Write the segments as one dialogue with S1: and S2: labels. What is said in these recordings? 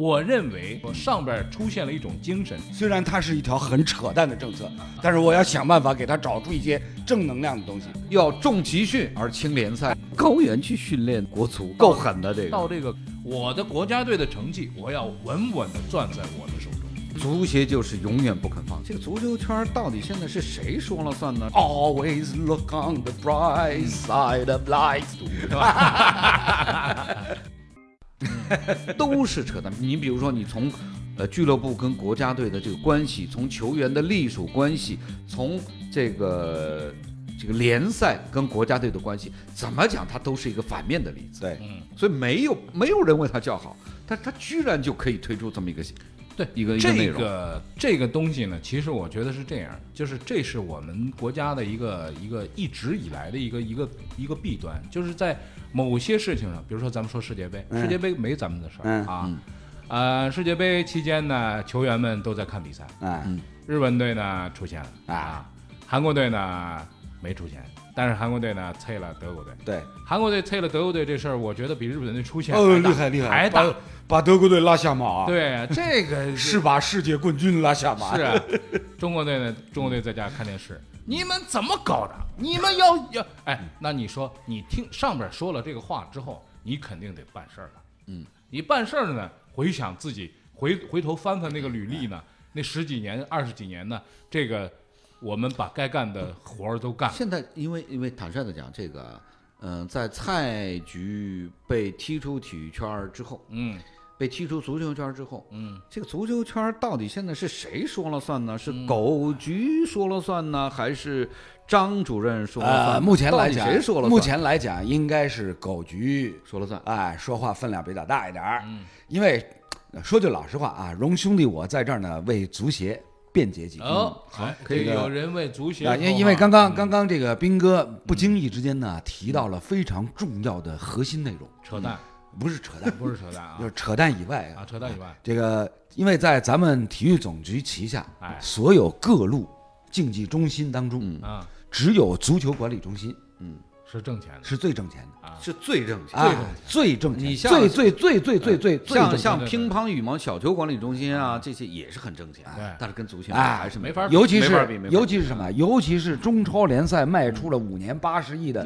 S1: 我认为我上边出现了一种精神，
S2: 虽然它是一条很扯淡的政策，但是我要想办法给它找出一些正能量的东西。
S3: 要重集训而轻联赛，
S4: 高原去训练国足够狠的这个。
S1: 到这个我的国家队的成绩，我要稳稳的攥在我的手中。
S3: 足协就是永远不肯放弃。
S4: 这个足球圈到底现在是谁说了算呢？
S2: Always look on the bright side of life。
S3: 都是扯淡。你比如说，你从呃俱乐部跟国家队的这个关系，从球员的隶属关系，从这个这个联赛跟国家队的关系，怎么讲它都是一个反面的例子。
S2: 对，
S3: 所以没有没有人为他叫好，但他居然就可以推出这么一个
S1: 对
S3: 一个一个内
S1: 这
S3: 容。
S1: 个这个东西呢，其实我觉得是这样，就是这是我们国家的一个一个一直以来的一个一个一个弊端，就是在某些事情上，比如说咱们说世界杯，
S3: 嗯
S1: 世界杯没咱们的事儿、
S2: 嗯
S1: 啊。呃，世界杯期间呢，球员们都在看比赛，
S2: 哎，
S1: 日本队呢出现了啊，韩国队呢没出现，但是韩国队呢啐了德国队，
S2: 对，
S1: 韩国队啐了德国队这事儿，我觉得比日本队出现
S2: 哦，
S1: 还大
S2: 厉害厉害，
S1: 还大
S2: 把。把德国队拉下马，，啊
S1: 对，啊这 个
S2: 是把世界冠军拉下马。呃
S1: 是啊，中国队呢，中国队在家看电视，你们怎么搞的？你们要要哎，那你说，你听上边说了这个话之后，你肯定得办事儿了。嗯，你办事儿呢，回想自己回回头翻翻那个履历呢，那十几年、二十几年呢，这个我们把该干的活儿都干了。
S3: 现在因为因为坦率的讲，这个嗯、呃在蔡局被踢出体育圈儿之后，
S1: 嗯
S3: 被踢出足球圈儿之后，
S1: 嗯，
S3: 这个足球圈儿到底现在是谁说了算呢？是狗局说了算呢，还是张主任说了算？
S2: 呃，目前
S3: 到
S2: 来
S3: 底
S2: 讲，
S3: 谁说了算？
S2: 目前来讲，应该是狗局
S3: 说了
S1: 啊
S3: 算。
S2: 哎，说话分量比较大一点儿。
S1: 嗯
S2: 因为呃说句老实话啊，荣兄弟，我在这儿呢为足协辩解几句。
S1: 哦，好，
S2: 可以
S1: 这
S2: 的
S1: 有人为足协
S2: 啊，因为因为刚刚刚刚这个斌哥不经意之间呢提到了非常重要的核心内容，
S1: 扯淡，
S2: 不是扯淡，
S1: 不是扯淡啊
S2: 就是扯淡以外
S1: 啊，扯淡以外，
S2: 这个因为在咱们体育总局旗下，
S1: 哎
S2: 所有各路竞技中心当中，
S1: 啊，
S2: 只有足球管理中心
S1: 是挣钱的。
S2: 是最挣钱的。
S3: 是最正经。
S2: 啊，最挣钱，
S3: 你像
S2: 最最最最最最最
S3: 像
S2: 挣钱
S3: 像乒乓、羽毛、小球管理中心啊，这些也是很挣钱
S1: 对，
S3: 但是跟足球
S2: 哎
S3: 还是
S1: 没法比
S2: 尤其
S3: 没法
S2: 是
S3: 比没法比
S2: 尤其是什么？尤其是中超联赛卖出了五年八十亿的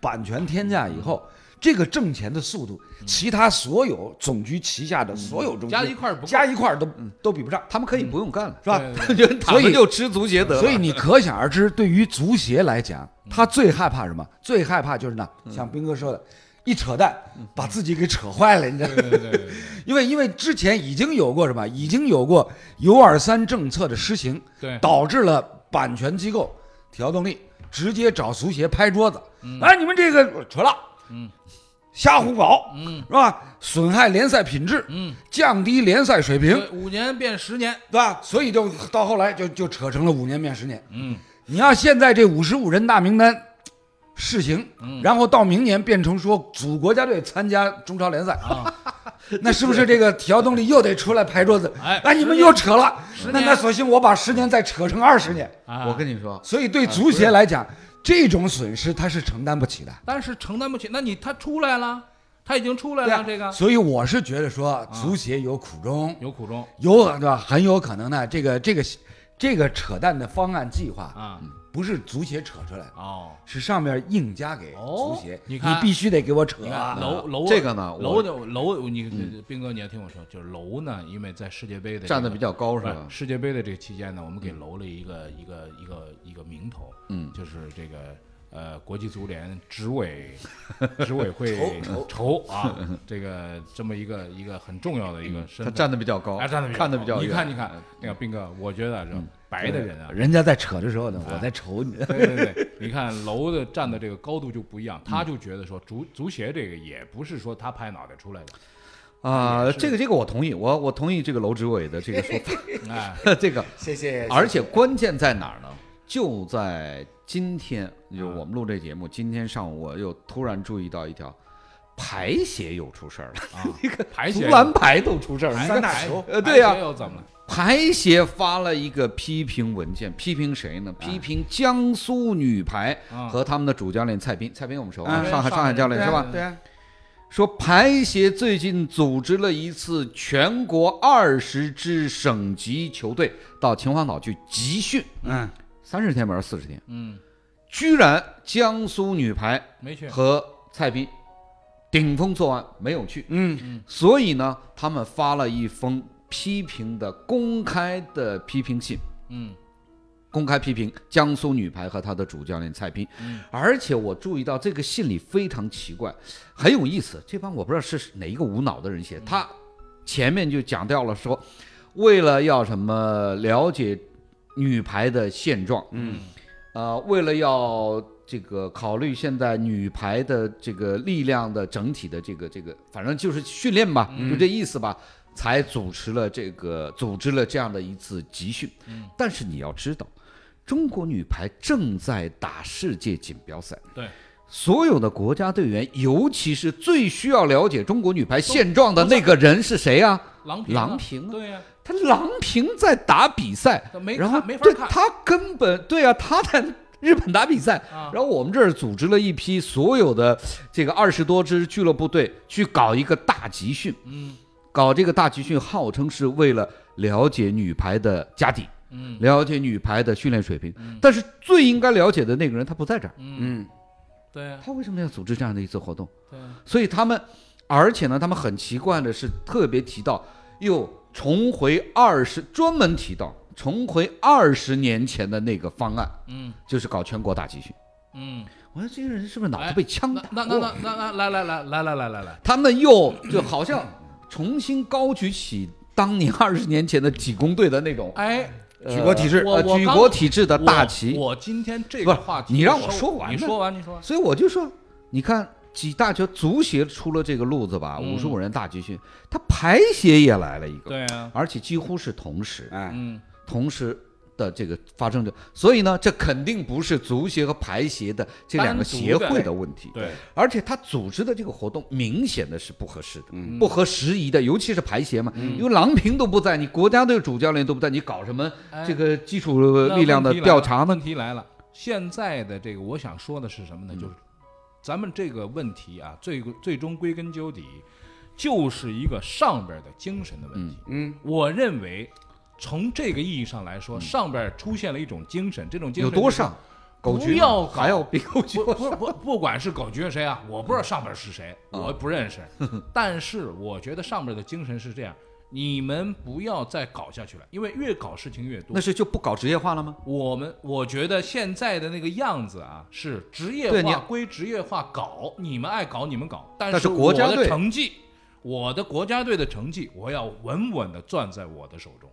S2: 版权天价以后，这个挣钱的速度，其他所有总局旗下的所有中心
S1: 加一块儿不够
S2: 嗯加一块儿都都比不上，
S3: 他们可以不用干了，
S2: 是吧
S1: 对？
S3: 就 他
S2: 所以
S3: 们就知足协得了。
S2: 所以你可想而知，对于足协来讲，他最害怕什么？最害怕就是呢，像斌哥说的，一扯淡，把自己给扯坏了，你知道吗？
S1: 对对对对对。
S2: 因为因为之前已经有过什么，已经有过有二三政策的施行，
S1: 对
S2: 导致了版权机构条动力直接找足协拍桌子，哎，你们这个扯了，
S1: 嗯，
S2: 瞎胡搞，
S1: 嗯，
S2: 是吧？损害联赛品质，
S1: 嗯，
S2: 降低联赛水平，
S1: 对五年变十年，
S2: 对吧？所以就到后来就就扯成了五年变十年。
S1: 嗯，
S2: 你要现在这五十五人大名单试行，
S1: 嗯
S2: 然后到明年变成说组国家队参加中超联赛，
S1: 啊
S2: 那是不是这个体校动力又得出来拍桌子？
S1: 哎
S2: 你们又扯了，那
S1: 年
S2: 那索性我把十年再扯成二十年。
S1: 啊
S3: 我跟你说，
S2: 所以对足协来讲，这种损失他是承担不起的。
S1: 但是承担不起，那你他出来了，他已经出来
S2: 对
S1: 了，
S2: 啊
S1: 这个
S2: 所以我是觉得说，足协有苦衷，
S1: 有苦衷
S2: 有对吧？很有可能呢，这个这个这个扯淡的方案计划，
S1: 啊，
S2: 不是足协扯出来的。
S1: 哦，
S2: 是上面硬加给
S1: 哦
S2: 足协，
S1: 你
S2: 你
S1: 看
S2: 必须得给我扯
S1: 你
S2: 啊
S1: 看！楼楼
S3: 这个呢我
S1: 楼的楼，你斌哥你要听我说，就是楼呢，因为在世界杯的这个
S3: 站得比较高是
S1: 不是
S3: 吧？
S1: 世界杯的这个期间呢，我们给楼了一个一个一个一个名头，
S3: 嗯
S1: 就是这个呃国际足联执委 执委会筹啊，这个这么一个一个很重要的一个身
S3: 嗯他
S1: 份，
S3: 站得比较高，
S1: 哎站得比
S3: 看得比较
S1: 你
S3: 远。嗯
S1: 看你看那个斌哥，我觉得这白的人啊，
S2: 人家在扯的时候呢，我在瞅你。
S1: 对对对，你看楼的站的这个高度就不一样，
S3: 嗯
S1: 他就觉得说足足协这个也不是说他拍脑袋出来哎的，
S3: 啊、这个这个我同意，我我同意这个楼执委的这个说
S1: 哎，
S3: 法， 这个，
S2: 谢谢
S3: 而且关键在哪儿呢？就在今天，就我们录这节目，今天上午我又突然注意到一条，排协又出事儿了，
S1: 啊，排
S3: 足
S1: 协
S3: 篮排都出事儿了，
S1: 排
S3: 你看
S1: 排
S3: 呃对呀
S1: 排协又怎么了？
S3: 排协发了一个批评文件，批评谁呢？批评江苏女排
S1: 哎啊哎
S3: 和他们的主教练蔡斌，蔡斌我们熟啊，
S2: 嗯
S3: 上海上海教练是吧？
S1: 对
S2: 啊，
S3: 说排协最近组织了一次全国二十支省级球队到秦皇岛去集训，
S2: 嗯，
S3: 三十天吧还是四十天？
S1: 嗯，
S3: 居然江苏女排
S1: 没去，
S3: 和蔡斌顶风作案，没有去。
S2: 嗯，
S3: 所以呢，他们发了一封批评的公开的批评信，
S1: 嗯
S3: 公开批评江苏女排和她的主教练蔡斌。
S1: 嗯
S3: 而且我注意到这个信里非常奇怪，很有意思。这帮我不知道是哪一个无脑的人
S1: 嗯
S3: 写，他前面就讲掉了说，为了要什么了解女排的现状，
S1: 嗯
S3: 呃，为了要这个考虑现在女排的这个力量的整体的这个这个，反正就是训练吧，
S1: 嗯
S3: 就这意思吧，才主持了这个组织了这样的一次集训。
S1: 嗯
S3: 但是你要知道，中国女排正在打世界锦标赛，
S1: 对，
S3: 所有的国家队员，尤其是最需要了解中国女排现状的那个人是谁啊？
S1: 郎平啊
S3: 郎平啊，
S1: 对呀，
S3: 他郎平在打比赛。
S1: 他没
S3: 然后
S1: 看没法
S3: 对
S1: 看
S3: 他根本对啊，他在日本打比赛，
S1: 啊
S3: 然，后我们这儿组织了一批所有的这个二十多支俱乐部队去搞一个大集训，
S1: 嗯
S3: 搞这个大集训号称是为了了解女排的家底，
S1: 嗯
S3: 了解女排的训练水平。但是最应该了解的那个人他不在这儿，
S1: 嗯，
S2: 嗯，
S1: 对呀
S3: 他为什么要组织这样的一次活动？
S1: 对呀，
S3: 所以他们，而且呢，他们很奇怪的是，特别提到又重回二十，专门提到重回二十年前的那个方案，
S1: 嗯
S3: 就是搞全国大集训。
S1: 嗯，
S3: 我说这些人是不是脑
S1: 哎
S3: 子被枪
S1: 那
S3: 打
S1: 那
S3: 过
S1: 那那那来来来来来来来来，
S3: 他们又就好像重新高举起当年 二十年前的体工队的那种
S1: 哎，
S3: 呃
S2: 举国体制
S1: 我
S3: 呃
S1: 我
S3: 举
S1: 刚
S3: 国体制的大旗。
S1: 我我今天这
S3: 不
S1: 个
S3: 是
S1: 话题收，
S3: 你让我说完
S1: 你
S3: 呢
S1: 说完，你说完，
S3: 所以我就说，你看几大球足协出了这个路子吧，
S1: 嗯
S3: 五十五人大集训，他排协也来了一个，
S1: 对呀，
S3: 而且几乎是同时，
S2: 哎，
S1: 嗯
S3: 同时。的这个发生的，所以呢，这肯定不是足协和排协的这两个协
S1: 单独的
S3: 会
S1: 哎
S3: 的问题，
S1: 对，
S3: 而且他组织的这个活动明显的是不合适的，
S2: 嗯
S3: 不合时宜的，尤其是排协嘛，
S1: 嗯
S3: 因为郎平都不在，你国家队主教练都不在，你搞什么
S1: 哎
S3: 这个基础
S1: 那
S3: 力量的
S1: 问题来
S3: 调
S1: 了
S3: 查呢
S1: 问？题来了，现在的这个我想说的是什么
S3: 嗯
S1: 呢？就是咱们这个问题啊，最最终归根究底，就是一个上边的精神的问题。
S2: 嗯，
S1: 我认为，从这个意义上来说，上边出现了一种精神，这种精
S3: 嗯有
S1: 神
S3: 多
S1: 就是
S3: 上？狗
S1: 不
S3: 局
S1: 要搞
S3: 还要比狗局
S1: 不不不，不管是狗撅谁 啊，我不知道上边是谁，
S3: 嗯
S1: 我不 认识。但是我觉得上边的精神是这样：你们不要再搞下去了，因为越搞事情越多
S3: 那。是就不搞职业化了吗？
S1: 我们我觉得现在的那个样子啊，是职业
S3: 对你
S1: 化归职业化搞，你们爱搞你们搞，但
S3: 但是
S1: 我
S3: 国家
S1: 的
S3: 队
S1: 成绩，我的国家队的成绩，我要稳稳的攥在我的手中。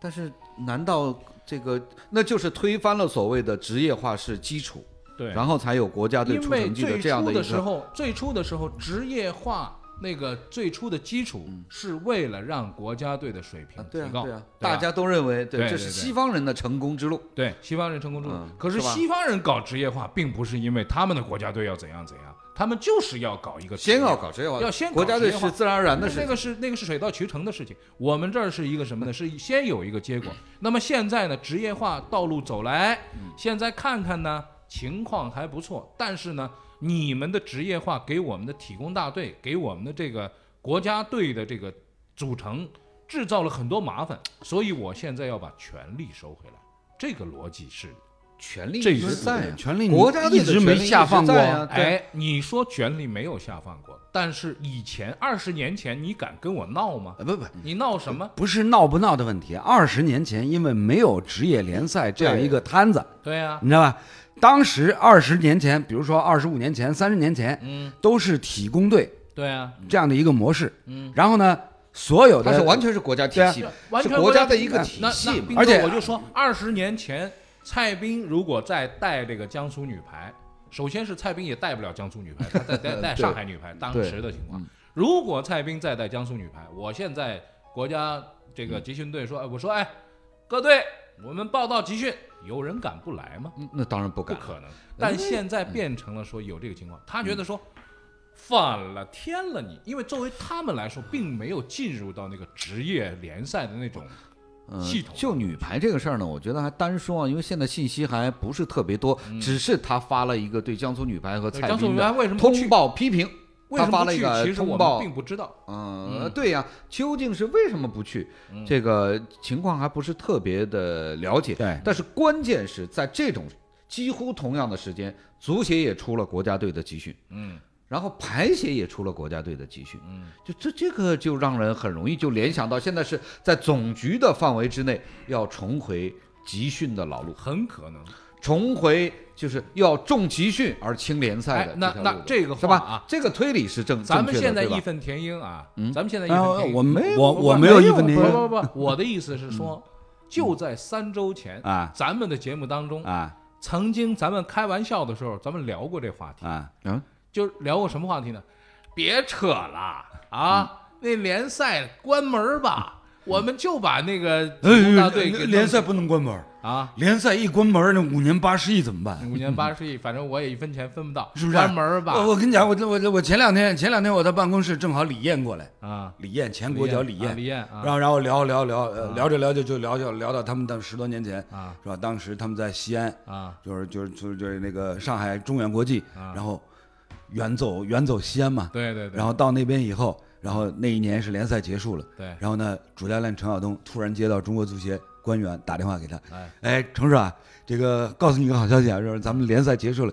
S3: 但是难道这个那就是推翻了所谓的职业化是基础，
S1: 对，
S3: 然后才有国家队
S1: 因
S3: 出
S1: 为
S3: 成绩
S1: 最
S3: 这样
S1: 初
S3: 一个
S1: 时候，最初的时候，职业化那个最初的基础是为了让国家队的水平
S3: 嗯啊，
S1: 提
S3: 对啊
S1: 高，
S3: 对啊，
S1: 吧
S3: 大家都认为
S1: 对
S3: 对，这是
S1: 对对
S3: 西方人的成功之路。
S1: 对西方人成功之路
S3: 嗯。
S1: 可是
S3: 是吧
S1: 西方人搞职业化，并不是因为他们的国家队要怎样怎样，他们就是要搞一个职业
S3: 先要搞职业化，
S1: 要先搞
S3: 国家队
S1: 职业化
S3: 啊是自然而然的
S1: 那
S3: 事
S1: 那
S3: 情。
S1: 个是那个是水到渠成的事情，我们这儿是一个什么呢？是先有一个结果。那么现在呢，职业化道路走来，
S3: 嗯
S1: 现在看看呢，情况还不错，但是呢，你们的职业化给我们的体工大队，给我们的这个国家队的这个组成制造了很多麻烦，所以我现在要把权力收回来，这个逻辑是
S3: 权力
S2: 这
S3: 之在啊，
S2: 权力
S3: 国家队
S2: 一
S3: 的
S2: 直
S3: 权
S2: 没
S3: 力
S2: 下
S3: 一直
S2: 放过，
S3: 在啊对
S1: 哎，你说权力没有下放过，但是以前二十年前你敢跟我闹吗？
S2: 呃不不，
S1: 你闹什么？
S2: 不是闹不闹的问题。二十年前，因为没有职业联赛这样一个摊子，
S1: 对啊呀、
S2: 你知道吧？当时二十年前，比如说二十五年前、三十年前，
S1: 嗯，
S2: 都是体工队
S1: 对啊，
S2: 这样的一个模式。
S1: 嗯，
S2: 然后呢，所有
S3: 它
S2: 的
S3: 是完全是国家体
S1: 是
S3: 系的，
S1: 完
S3: 是
S1: 全
S3: 国家的
S1: 体
S3: 一个
S1: 那
S3: 体
S1: 那
S3: 系嘛。
S1: 斌
S2: 而且
S1: 哥我就说，二十年前蔡斌如果再带这个江苏女排，首先是蔡斌也带不了江苏女排，他 带带带
S3: 对嗯
S1: 上海女排，当时的情况。如果蔡斌再带江苏女排，我现在国家这
S3: 嗯
S1: 个集训队说，哎，我说哎，各队我们报道集训，有人敢不来吗？
S3: 嗯那当然
S1: 不
S3: 不敢，
S1: 可能。但现在变成了说有这个情况，
S3: 嗯
S1: 他觉得说反了天了你，因为作为他们来说，并没有进入到那个职业联赛的那种
S3: 嗯
S1: 系统
S3: 就女排这个事儿呢，我觉得还单说啊，因为现在信息还不是特别多，只是他发了一个对江苏女排和
S1: 对
S3: 呃蔡
S1: 江苏
S3: 斌
S1: 女排
S3: 的
S1: 哎为什么不去
S3: 通报批评，
S2: 为什
S3: 他
S2: 么
S3: 发
S1: 不
S3: 了一
S1: 去
S3: 个
S1: 其实
S3: 通
S1: 我们
S3: 报
S1: 并不知道，
S3: 嗯，
S1: 嗯
S3: 对呀、究竟是为什么不去？
S1: 嗯
S3: 这个情况还不是特别的了解。
S1: 哎
S4: 对
S3: 但是关键是在这种几乎同样的时间，足协也出了国家队的集训，
S1: 嗯
S3: 然后排协也出了国家队的集训，
S1: 嗯
S3: 就这这个就让人很容易就联想到现在是在总局的范围之内要重回集训的老路，
S1: 很可能。
S3: 重回就是要重集训而轻联赛的
S1: 哎那
S3: 条
S1: 那
S3: 路
S1: 这个
S3: 是
S1: 话
S3: 吧？
S1: 啊，
S3: 这个推理是正，
S1: 咱们
S3: 正确
S1: 现
S3: 的
S1: 在
S3: 对吧
S1: 义愤填膺啊，
S4: 嗯
S1: 咱们现在义
S2: 然
S1: 愤
S2: 后
S1: 填膺。
S2: 哎
S1: 哎
S2: 我没我
S1: 不
S2: 我
S1: 不
S2: 没有一分
S1: 不
S2: 钱，
S1: 不不不，我的意思是说，
S2: 嗯
S1: 就在三周前
S4: 啊，
S1: 咱们的节目当中，
S4: 啊
S1: 曾经咱们开玩笑的时候，咱们聊过这话题，
S4: 啊，
S1: 就聊过什么话题呢？别扯了
S2: 嗯
S1: 啊，那联赛关门吧，我们就把那个足哎大队给
S2: 哎联联赛不能关门，
S1: 啊，
S2: 联赛一关门，那五年八十亿怎么办？
S1: 五年八 十亿，反正我也一分钱分不到，
S2: 是不是哦
S1: 关门吧
S2: 我，我跟你讲，我我我前两天前两天我在办公室正好李艳过来，
S1: 啊，
S2: 李艳前哦国脚李
S1: 啊
S2: 艳，
S1: 李艳啊
S2: 然后然后聊聊聊呃聊着聊着就聊就聊到他们的十多年前
S1: 啊
S2: 是吧？当时他们在西安，
S1: 啊
S2: 就是就是就是就是那个上海中远国际，
S1: 啊
S2: 然后远走远走西安嘛，
S1: 对对对，
S2: 然后到那边以后，然后那一年是联赛结束了，
S1: 对，
S2: 然后呢，主教练陈晓东突然接到中国足协官员打电话给他，
S1: 哎
S2: 哎，程叔啊，这个告诉你个好消息啊，就是咱们联赛结束了，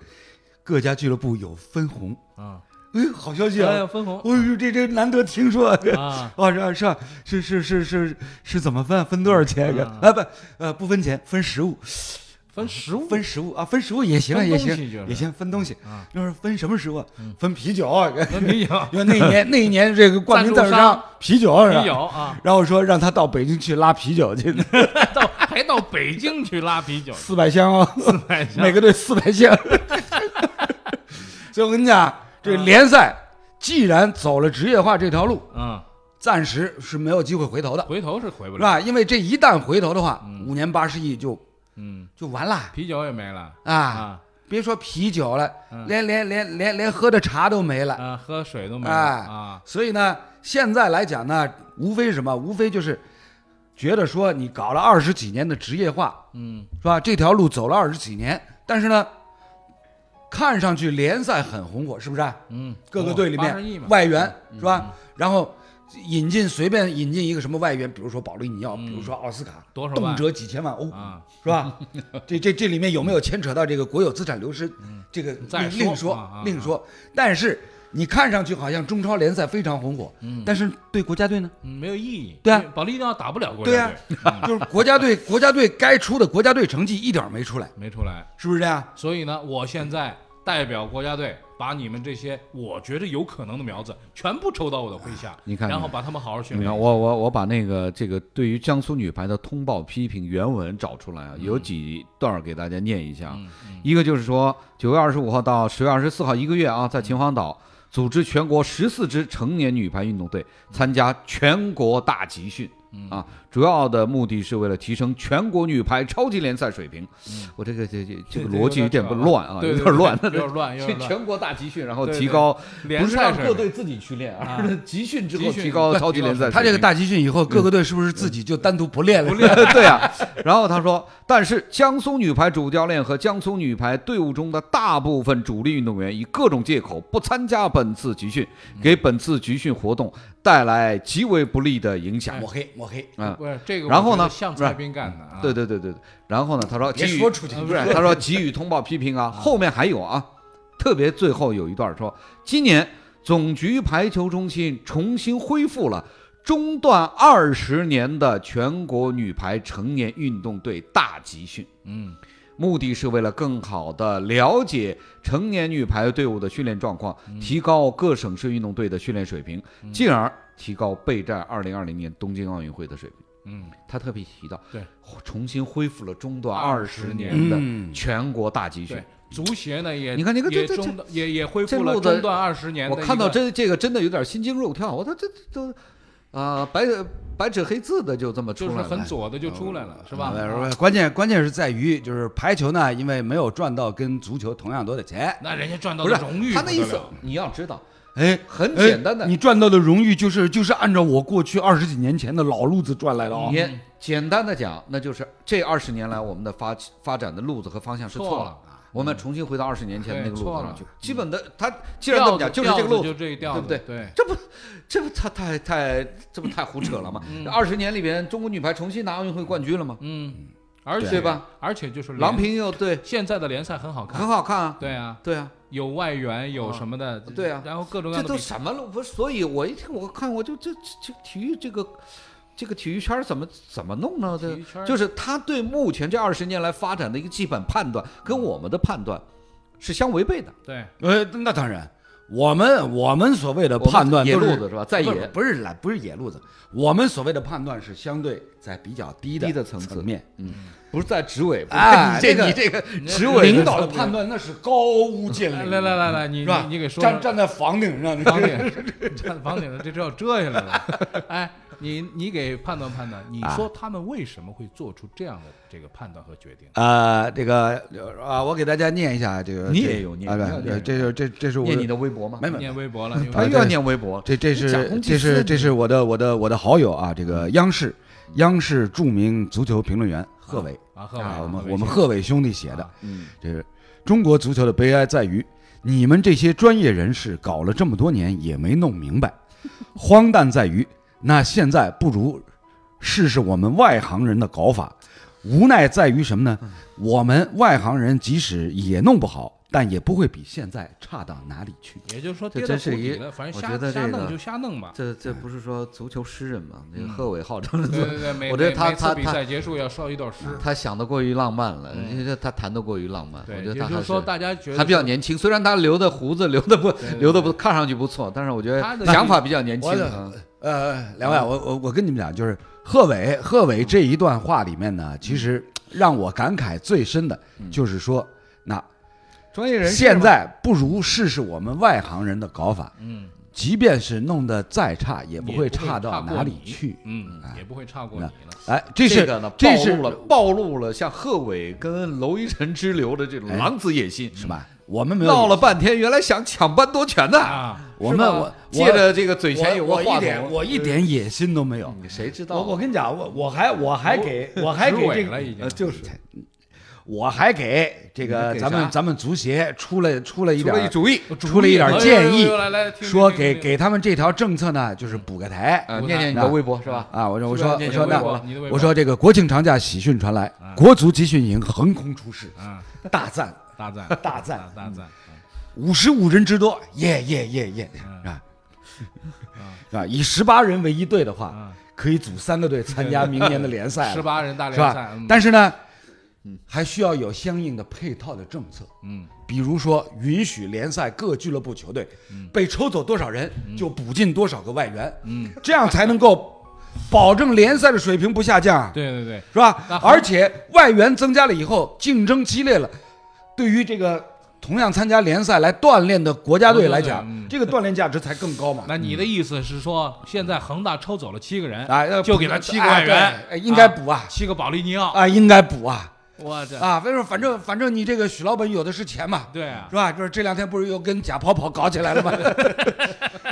S2: 各家俱乐部有分红，
S1: 啊，
S2: 哎，好消息
S1: 哎
S2: 啊！
S1: 呀，分红
S2: 哎呦，这这难得听说啊！
S1: 啊，
S2: 啊是啊是啊是是是是是怎么分？分多少钱？
S1: 啊
S2: 啊不呃不分钱，分食物，
S1: 分十五
S2: 分食物啊，分食物也行啊
S1: 分
S2: 也
S1: 东西就
S2: 行
S1: 是嗯
S2: 也行，分东西
S1: 啊。
S2: 就是分什么食物啊？分啤酒啊，
S1: 分啤酒，
S2: 因为那一年那一年这个冠名赞助商啤酒是吧
S1: 啤酒啊，
S2: 然后说让他到北京去拉啤 酒去，
S1: 到还到北京去拉啤 酒，
S2: 四百箱哦，
S1: 四百箱
S2: 每个队四百箱。所以我跟你讲，这个联赛既然走了职业化这条路，
S1: 嗯，
S2: 暂时是没有机会回头的，
S1: 回头是回不
S2: 是
S1: 了，
S2: 吧？因为这一旦回头的话，
S1: 嗯
S2: 五年八十亿就
S1: 嗯，
S2: 就完了
S1: 啤酒也没了
S2: 啊！
S1: 啊
S2: 别说啤酒了，
S1: 嗯
S2: 连连连连连喝的茶都没了。
S1: 啊，喝水都没了
S2: 哎
S1: 啊，
S2: 所以呢，现在来讲呢，无非是什么？无非就是觉得说你搞了二十几年的职业化，
S1: 嗯
S2: 是吧？这条路走了二十几年，但是呢，看上去联赛很红火，是不是啊？
S1: 嗯，
S2: 各个队里
S1: 八十亿嘛嗯
S2: 面外援是吧？然后引进随便引进一个什么外援，比如说保利尼奥，
S1: 嗯
S2: 比如说奥斯卡，
S1: 多少万
S2: 动辄几千万欧，
S1: 啊，
S2: 是吧？这这这里面有没有牵扯到这个国有资产流失？这个
S1: 嗯再
S2: 另另
S1: 说
S2: 说
S1: 啊啊
S2: 另说。但是你看上去好像中超联赛非常红火，但是对国家队呢？
S1: 嗯没有意义，
S2: 对啊
S1: 因为保利尼奥打不了国
S2: 对
S1: 家
S2: 呀
S1: 队，，
S3: 啊
S2: 就是国家队国家队该出的国家队成绩一点儿没出来，
S1: 没出来，
S2: 是不是这样？
S1: 所以呢，我现在代表国家队，把你们这些我觉得有可能的苗子全部抽到我的麾下，
S3: 啊你看
S1: 然
S3: 看
S1: 后把他们好好训
S3: 你看，
S1: 练。
S3: 我我我把那个这个对于江苏女排的通报批评原文找出来啊，有几段儿给大家念一下啊。
S1: 嗯嗯
S3: 一个就是说，九月二十五号到十月二十四号一个月啊，在秦皇岛组织全国十四支成年女排运动队参加全国大集训
S1: 嗯
S3: 啊，主要的目的是为了提升全国女排超级联赛水平。
S1: 嗯
S3: 我这个这这这个逻辑有点不乱啊，
S1: 对
S3: 有
S1: 对
S3: 点乱。
S1: 对有点乱，有
S3: 去
S1: 点乱。
S3: 全国大集训，然后
S1: 对对
S3: 提高，
S1: 联
S3: 不是让
S1: 赛
S3: 各
S1: 水
S3: 队自己去练，
S1: 啊
S3: 而是集训之后
S1: 集训
S3: 提高超级联赛水平。
S2: 他这个大集训以
S1: 嗯
S2: 后，各个队是不是自己就单独不练了？
S3: 对啊，然后他说，但是江苏女排主教练和江苏女排队伍中的大部分主力运动员以各种借口不参加本次集训，给本次集训活动带来极为不利的影响。
S2: 抹黑抹黑，
S3: 啊、
S1: 不是这个，
S3: 然后呢
S1: 像
S3: 不是
S1: 蔡斌干的啊，
S3: 对对对对对。然后呢，他说
S2: 别
S3: 给予
S2: 说出去
S1: 啊
S3: 不是，他说给予通报批评啊，后面还有啊，特别最后有一段说，今年总局排球中心重新恢复了中断二十年的全国女排成年运动队大集训。
S1: 嗯，
S3: 目的是为了更好地了解成年女排队伍的训练状况，提高各省市运动队的训练水平，进而提高备战2020年东京奥运会的水平。
S1: 嗯，
S3: 他特别提到，
S1: 对，
S3: 重新恢复了中断二
S1: 20
S3: 十
S1: 年
S3: 年的
S2: 嗯，
S3: 全国大集训
S1: 对。，足协呢也
S3: 你看这个这
S1: 也
S3: 这
S1: 中断也也恢
S3: 这
S1: 复了
S3: 路子
S1: 中断二十年
S3: 我
S1: 的，
S3: 看到这这个真的有点心惊肉跳，我说这这都啊、白白纸黑字的就这么出
S1: 就
S3: 来
S1: 是
S3: 了，哎哦
S1: 很左的就出来了，是吧？啊
S2: 关键关键是在于，就是排球呢，因为没有赚到跟足球同样多的钱，
S1: 那人家赚到
S3: 不是
S1: 的荣誉
S3: 他
S1: 不
S3: 那
S1: 得
S3: 意思
S1: 了，
S3: 你要知道
S2: 哎，
S3: 很简单的
S2: 哎你赚到的荣誉就是就是按照我过去二十几年前的老路子赚来的啊、
S3: 你简单的讲，那就是这二十年来我们的发发展的路子和方向是错了。啊嗯哎
S1: 了，
S3: 我们重新回到二十年前的那个
S1: 对
S3: 路
S1: 错
S3: 子
S1: 了
S3: 上去。基本的，他既然
S1: 调
S3: 这么
S1: 子
S3: 讲，就是这个
S1: 调
S3: 路
S1: 子就这个调子，
S3: 对不对
S1: 对，
S3: 这不，这不太太太，这不太胡扯了吗？二十年里边，中国女排重新拿奥运会冠军了吗？
S1: 嗯，而且
S3: 对吧？
S1: 而且就是
S3: 郎
S1: 联，
S3: 平又对，
S1: 现在的联赛很好
S3: 很
S1: 看，
S3: 好看啊，
S1: 对啊，
S3: 对啊，
S1: 有外援，有什么的，
S3: 对啊
S1: 然后各种各样
S3: 这
S1: 的
S3: 都
S1: 比赛，
S3: 什么路？不是，所以我一听我看我就这这这体育这个这个体育圈儿怎么怎么弄呢？这
S1: 体育圈儿
S3: 就是他对目前这二十年来发展的一个基本判断，跟我们的判断是相违背的。
S1: 对，
S2: 呃，那当然，我们我们所谓的
S3: 我们
S2: 判断
S3: 野
S2: 都
S3: 路
S2: 是
S3: 子是吧？在
S2: 不
S3: 野
S2: 不是来不是野路子，我们所谓的判断是相对在比较低的
S3: 低的层次
S2: 面。
S3: 不是在执委，不是
S2: 哎
S3: 你这
S2: 这个
S3: 你这个
S1: 你
S3: 执委
S2: 领导的判断那是高屋建
S1: 来
S2: 瓴，
S1: 来来来来，你
S2: 是
S1: 你
S2: 吧？
S1: 你给说
S2: 站
S1: 说。
S2: 站在房顶上，
S1: 房顶， 站房顶上，这就要遮下来了。哎，你你给判断判断，你
S2: 啊
S1: 说他们为什么会做出这样的这个判断和决定？
S2: 呃，这个呃啊，我给大家念一下这个，
S3: 你
S2: 这
S3: 也有念
S2: 啊
S3: 你要
S2: 对，
S3: 念
S2: 这是这这是我
S3: 念你的微博吗？
S2: 没没
S1: 念微博了，
S3: 他
S1: 因为
S3: 又要
S2: 对
S3: 念微博，
S2: 这这
S3: 你假
S2: 是
S3: 公济
S2: 这
S3: 私嗯
S2: 是
S3: 呢
S2: 这是我的我的我的好友啊，这个央视央视著名足球评论员贺炜
S1: 啊，贺
S2: 啊，
S1: 炜，
S2: 我
S1: 炜
S2: 们我们贺炜兄弟写的
S1: 啊，
S3: 嗯，
S2: 这是中国足球的悲哀在于，你们这些专业人士搞了这么多年也没弄明 白，荒诞在于，那现在不如试试我们外行人的搞法。无奈在于什么呢？我们外行人即使也弄不好，但也不会比现在差到哪里去。
S1: 也就是说
S3: 这
S1: 跌到
S3: 真是
S1: 谷底
S3: 一
S1: 了，反正
S3: 我
S1: 瞎
S3: 觉得
S1: 瞎
S3: 这
S1: 弄
S3: 个
S1: 就瞎弄吧。
S3: 这这不是说足球诗人吗？那个
S1: 嗯
S3: 贺炜号 称是
S1: 对对对，每
S3: 我觉得
S1: 每
S3: 他
S1: 每次
S3: 他
S1: 比
S3: 他
S1: 赛结束要烧一段诗，
S3: 他想的过于浪漫了，
S1: 嗯
S3: 因为他谈的过于浪漫。我
S1: 对，
S3: 觉得
S1: 也
S3: 嗯他
S1: 就
S3: 还
S1: 是说大
S3: 是
S1: 家觉得
S3: 还比较年轻，虽然他留的胡子留的不
S1: 对对
S3: 留的不看上去不错，但是我觉
S1: 他的
S3: 得想法比较年轻
S2: 我。
S3: 嗯
S2: 呃，两位啊，我我我跟你们讲，就是贺炜贺炜这一段话里面呢，其实让我感慨最深的就是说，那
S3: 专业人士
S2: 现
S3: 嘛
S2: 在不如试试我们外行人的搞法，
S1: 嗯
S2: 即便是弄得再差，也
S1: 也
S2: 不
S1: 不
S2: 会
S1: 会
S2: 差到
S1: 过
S2: 哪里
S1: 你
S2: 去。
S1: 嗯
S2: 哎，
S1: 也不会差过你
S2: 那
S1: 了。
S2: 哎，这是
S3: 这个呢，
S2: 这
S3: 暴
S2: 是
S3: 露了暴露了像贺炜跟娄一晨之流的这种
S2: 哎
S3: 狼子野心，是
S2: 是？吧？哎我们没有
S3: 闹了，半天，原来想抢班夺权的，
S1: 啊，
S2: 我
S3: 是
S2: 们
S3: 吧
S2: 我
S3: 借着这个嘴
S2: 以
S3: 前有个话
S2: 一点
S3: 筒，
S2: 我一点野心都没有。
S3: 嗯谁知道
S2: 我
S3: 啊？
S2: 我跟你讲，我我还我还 给我还
S1: 执
S2: 给这
S1: 委
S2: 个
S1: 了已经
S3: 呃，就是
S2: 我还给这个
S3: 你给
S2: 咱
S3: 啥
S2: 们咱们足协出了出了一
S3: 出
S2: 点
S3: 了一
S2: 儿
S3: 主意，
S2: 出了一点儿
S1: 哎呦
S2: 建
S1: 呦
S2: 议
S1: 呦，来来听
S2: 说
S1: 听
S2: 给
S1: 听
S2: 给他们这条政策呢，就是补个台啊
S3: 呃，
S1: 我
S3: 念念你
S2: 看
S3: 的微博是吧？
S2: 啊！我说我
S3: 是吧
S2: 说我
S3: 念你
S2: 说
S3: 的
S2: 那
S3: 微博
S2: 我
S1: 你的微博
S2: 我说这个国庆长假喜讯传来
S1: 啊，
S2: 国足集训营横空出世，
S1: 啊，
S2: 大赞
S1: 大赞
S2: 大 赞
S1: 啊大赞，
S2: 五十五人之多，耶耶耶耶，
S1: 嗯
S2: 是
S1: 啊
S2: 吧？ 是吧？以十八人为一队的话
S1: 嗯，
S2: 可以组三个队参加明年的联赛了，
S1: 十八人大
S2: 嗯是
S1: 联赛
S2: 吧，？
S1: 嗯
S2: 但是呢，还需要有相应的配套的政策，
S1: 嗯
S2: 比如说允许联赛各俱乐部球队被抽走多少人就补进多少个外援，
S1: 嗯，
S2: 这样才能够保证联赛的水平不下降啊，
S1: 对对对，
S2: 是吧
S1: 那？好
S2: 而且外援增加了以后，竞争激烈了，对于这个同样参加联赛来锻炼的国家队来讲，
S1: 国家队嗯
S2: 这个锻炼价值才更高嘛。
S1: 那你的意思是说，现在恒大抽走了七个人，
S2: 啊，要
S1: 就给
S2: 补
S1: 他
S2: 啊
S1: 七个外
S2: 哎
S1: 援，
S2: 对哎应该
S1: 啊
S2: 补啊，
S1: 七个保利尼奥，
S2: 啊，应该补啊，
S1: 我这
S2: 啊，反正反正反正你这个许老板有的是钱嘛，
S1: 对啊
S2: 是，吧？就是这两天不是又跟贾跑跑搞起来了吗？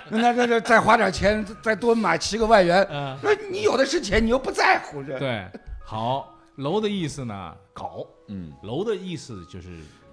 S2: 那那那再花点钱，再多买七个外援，
S1: 嗯，
S2: 那你有的是钱，你又不在乎这。
S1: 对，好，楼的意思呢，搞，
S3: 嗯，
S1: 楼的意思就是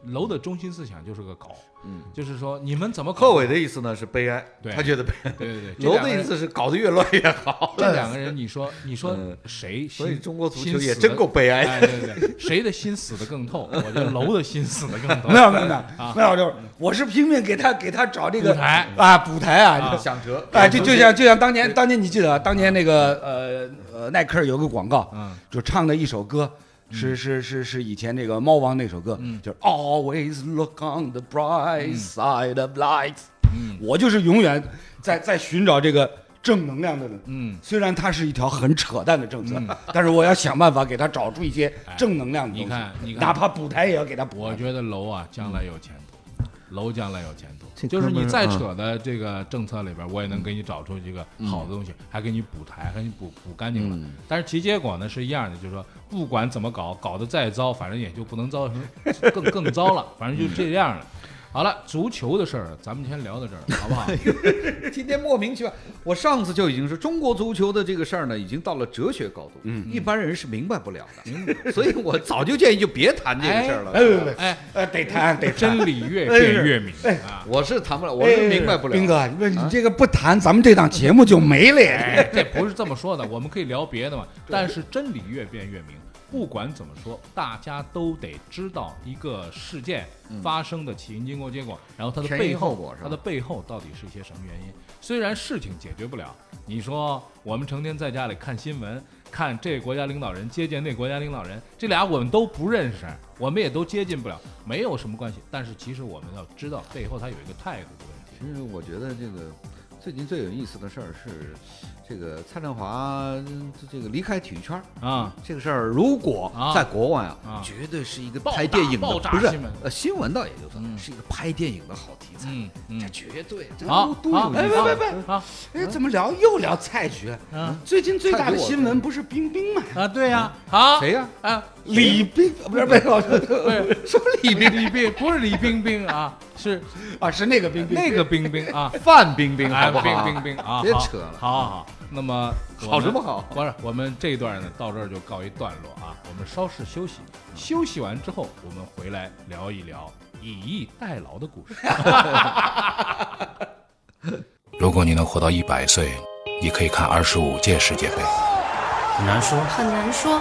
S1: 楼的中心思想就是个搞，
S3: 嗯，
S1: 就是说你们怎么
S3: 贺
S1: 搞
S3: 炜的意思呢是悲哀，
S1: 对
S3: 他觉得悲哀。
S1: 对对对，这
S3: 楼
S1: 两
S3: 的
S1: 个
S3: 意
S1: 人，哦
S3: 思是搞得越乱越好，
S1: 这两个人，你说你说
S3: 嗯
S1: 谁心？
S3: 所以中国足
S1: 心
S3: 球也
S1: 死
S3: 真
S1: 得
S3: 够悲哀的。
S1: 哎，对对对，谁的心死的更透？我觉得楼的心死的更 透。
S2: 没有没有没有
S1: 啊
S2: 没有，就是我是拼命给他给他找这个
S1: 补台
S2: 啊补台
S1: 啊
S2: 啊，
S3: 想 辙，
S2: 哎就就像就像当年当年你记得啊当年那个呃呃耐克有个广告，
S1: 嗯，
S2: 就唱的一首歌。是是是是以前这个猫王那首歌，
S1: 嗯
S2: 就是 Always look on the bright side of life，、
S1: 嗯
S2: 我就是永远在在寻找这个正能量的人。
S1: 嗯，
S2: 虽然它是一条很扯淡的政策，但是我要想办法给它找出一些正能量的东西。
S1: 哎你看你看
S2: 哪怕补台也要给它补。
S1: 我觉得楼啊，将来有前途，楼将来有前途。
S3: 这
S1: 就是
S3: 哥们
S1: 你
S3: 儿
S1: 再
S3: 啊嗯
S1: 扯的这个政策里边，我也能给你找出一个好的东西，还给你补台，还给你补补干净了。但是其结果呢是一样的，就是说不管怎么搞，搞得再糟，反正也就不能糟，更更糟了，反正就这样了。好了，足球的事儿咱们先聊到这儿，好不 好？
S3: 今天莫名其妙，我上次就已经说中国足球的这个事儿呢，已经到了哲学高度，嗯，一般人是明白不了的，所以我早就建议就别谈这个事儿了。
S5: 哎
S1: 哎，
S5: 哎，得谈得谈，
S1: 真理越辩越明啊！
S3: 我是谈不了，我是明白不了。
S2: 哎斌哥，你你这个不谈，咱们这档节目就没了呀。
S1: 哎，这不是这么说的，我们可以聊别的嘛。但是真理越辩越明，不管怎么说，大家都得知道一个事件发生的起因、经过、结果，然后它的
S3: 前
S1: 背
S3: 因后果是吧
S1: 它的背后到底是一些什么原因？虽然事情解决不了，你说我们成天在家里看新闻，看这国家领导人接见那国家领导人，这俩我们都不认识，我们也都接近不了，没有什么关系。但是其实我们要知道背后它有一个态度的问题。
S3: 其实我觉得这个最近最有意思的事儿是，这个蔡振华这个离开体育圈儿
S1: 啊，
S3: 这个事儿，如果
S1: 啊
S3: 在国外啊，
S1: 啊
S3: 绝对是一个
S1: 爆炸
S3: 拍电影
S1: 爆
S3: 的，
S1: 炸
S3: 不是
S1: 新闻
S3: 呃新闻倒也就算
S1: 嗯
S3: 了，是一个拍电影的好题材，
S1: 嗯嗯
S3: 这，绝对这
S1: 好
S3: 都，都
S1: 好
S3: 有意思。
S1: 好
S2: 别别
S1: 好
S2: 哎，怎么聊又聊蔡局？
S1: 嗯
S2: 最近最大的新闻不是冰冰吗？
S1: 啊，对呀，好，
S3: 谁呀？
S1: 啊，
S2: 李冰不是不是
S1: 不是什么李冰李冰，不是李冰冰啊，是
S2: 啊，是那个冰冰。
S1: 那个冰冰啊，
S3: 范冰冰
S1: 哎，
S3: 好不好
S1: 冰
S3: 啊？
S1: 冰冰啊，
S3: 别
S1: 好
S3: 扯了
S1: 好好好，那么我
S3: 好什
S1: 们
S3: 么好？
S1: 不是，我们这一段呢到这儿就告一段落啊，我们稍事休息，
S3: 嗯
S1: 休息完之后我们回来聊一聊以逸待劳的 故事。
S6: 如果你能活到一百岁，你可以看二十五届世界杯。
S7: 很难说，
S8: 很难说，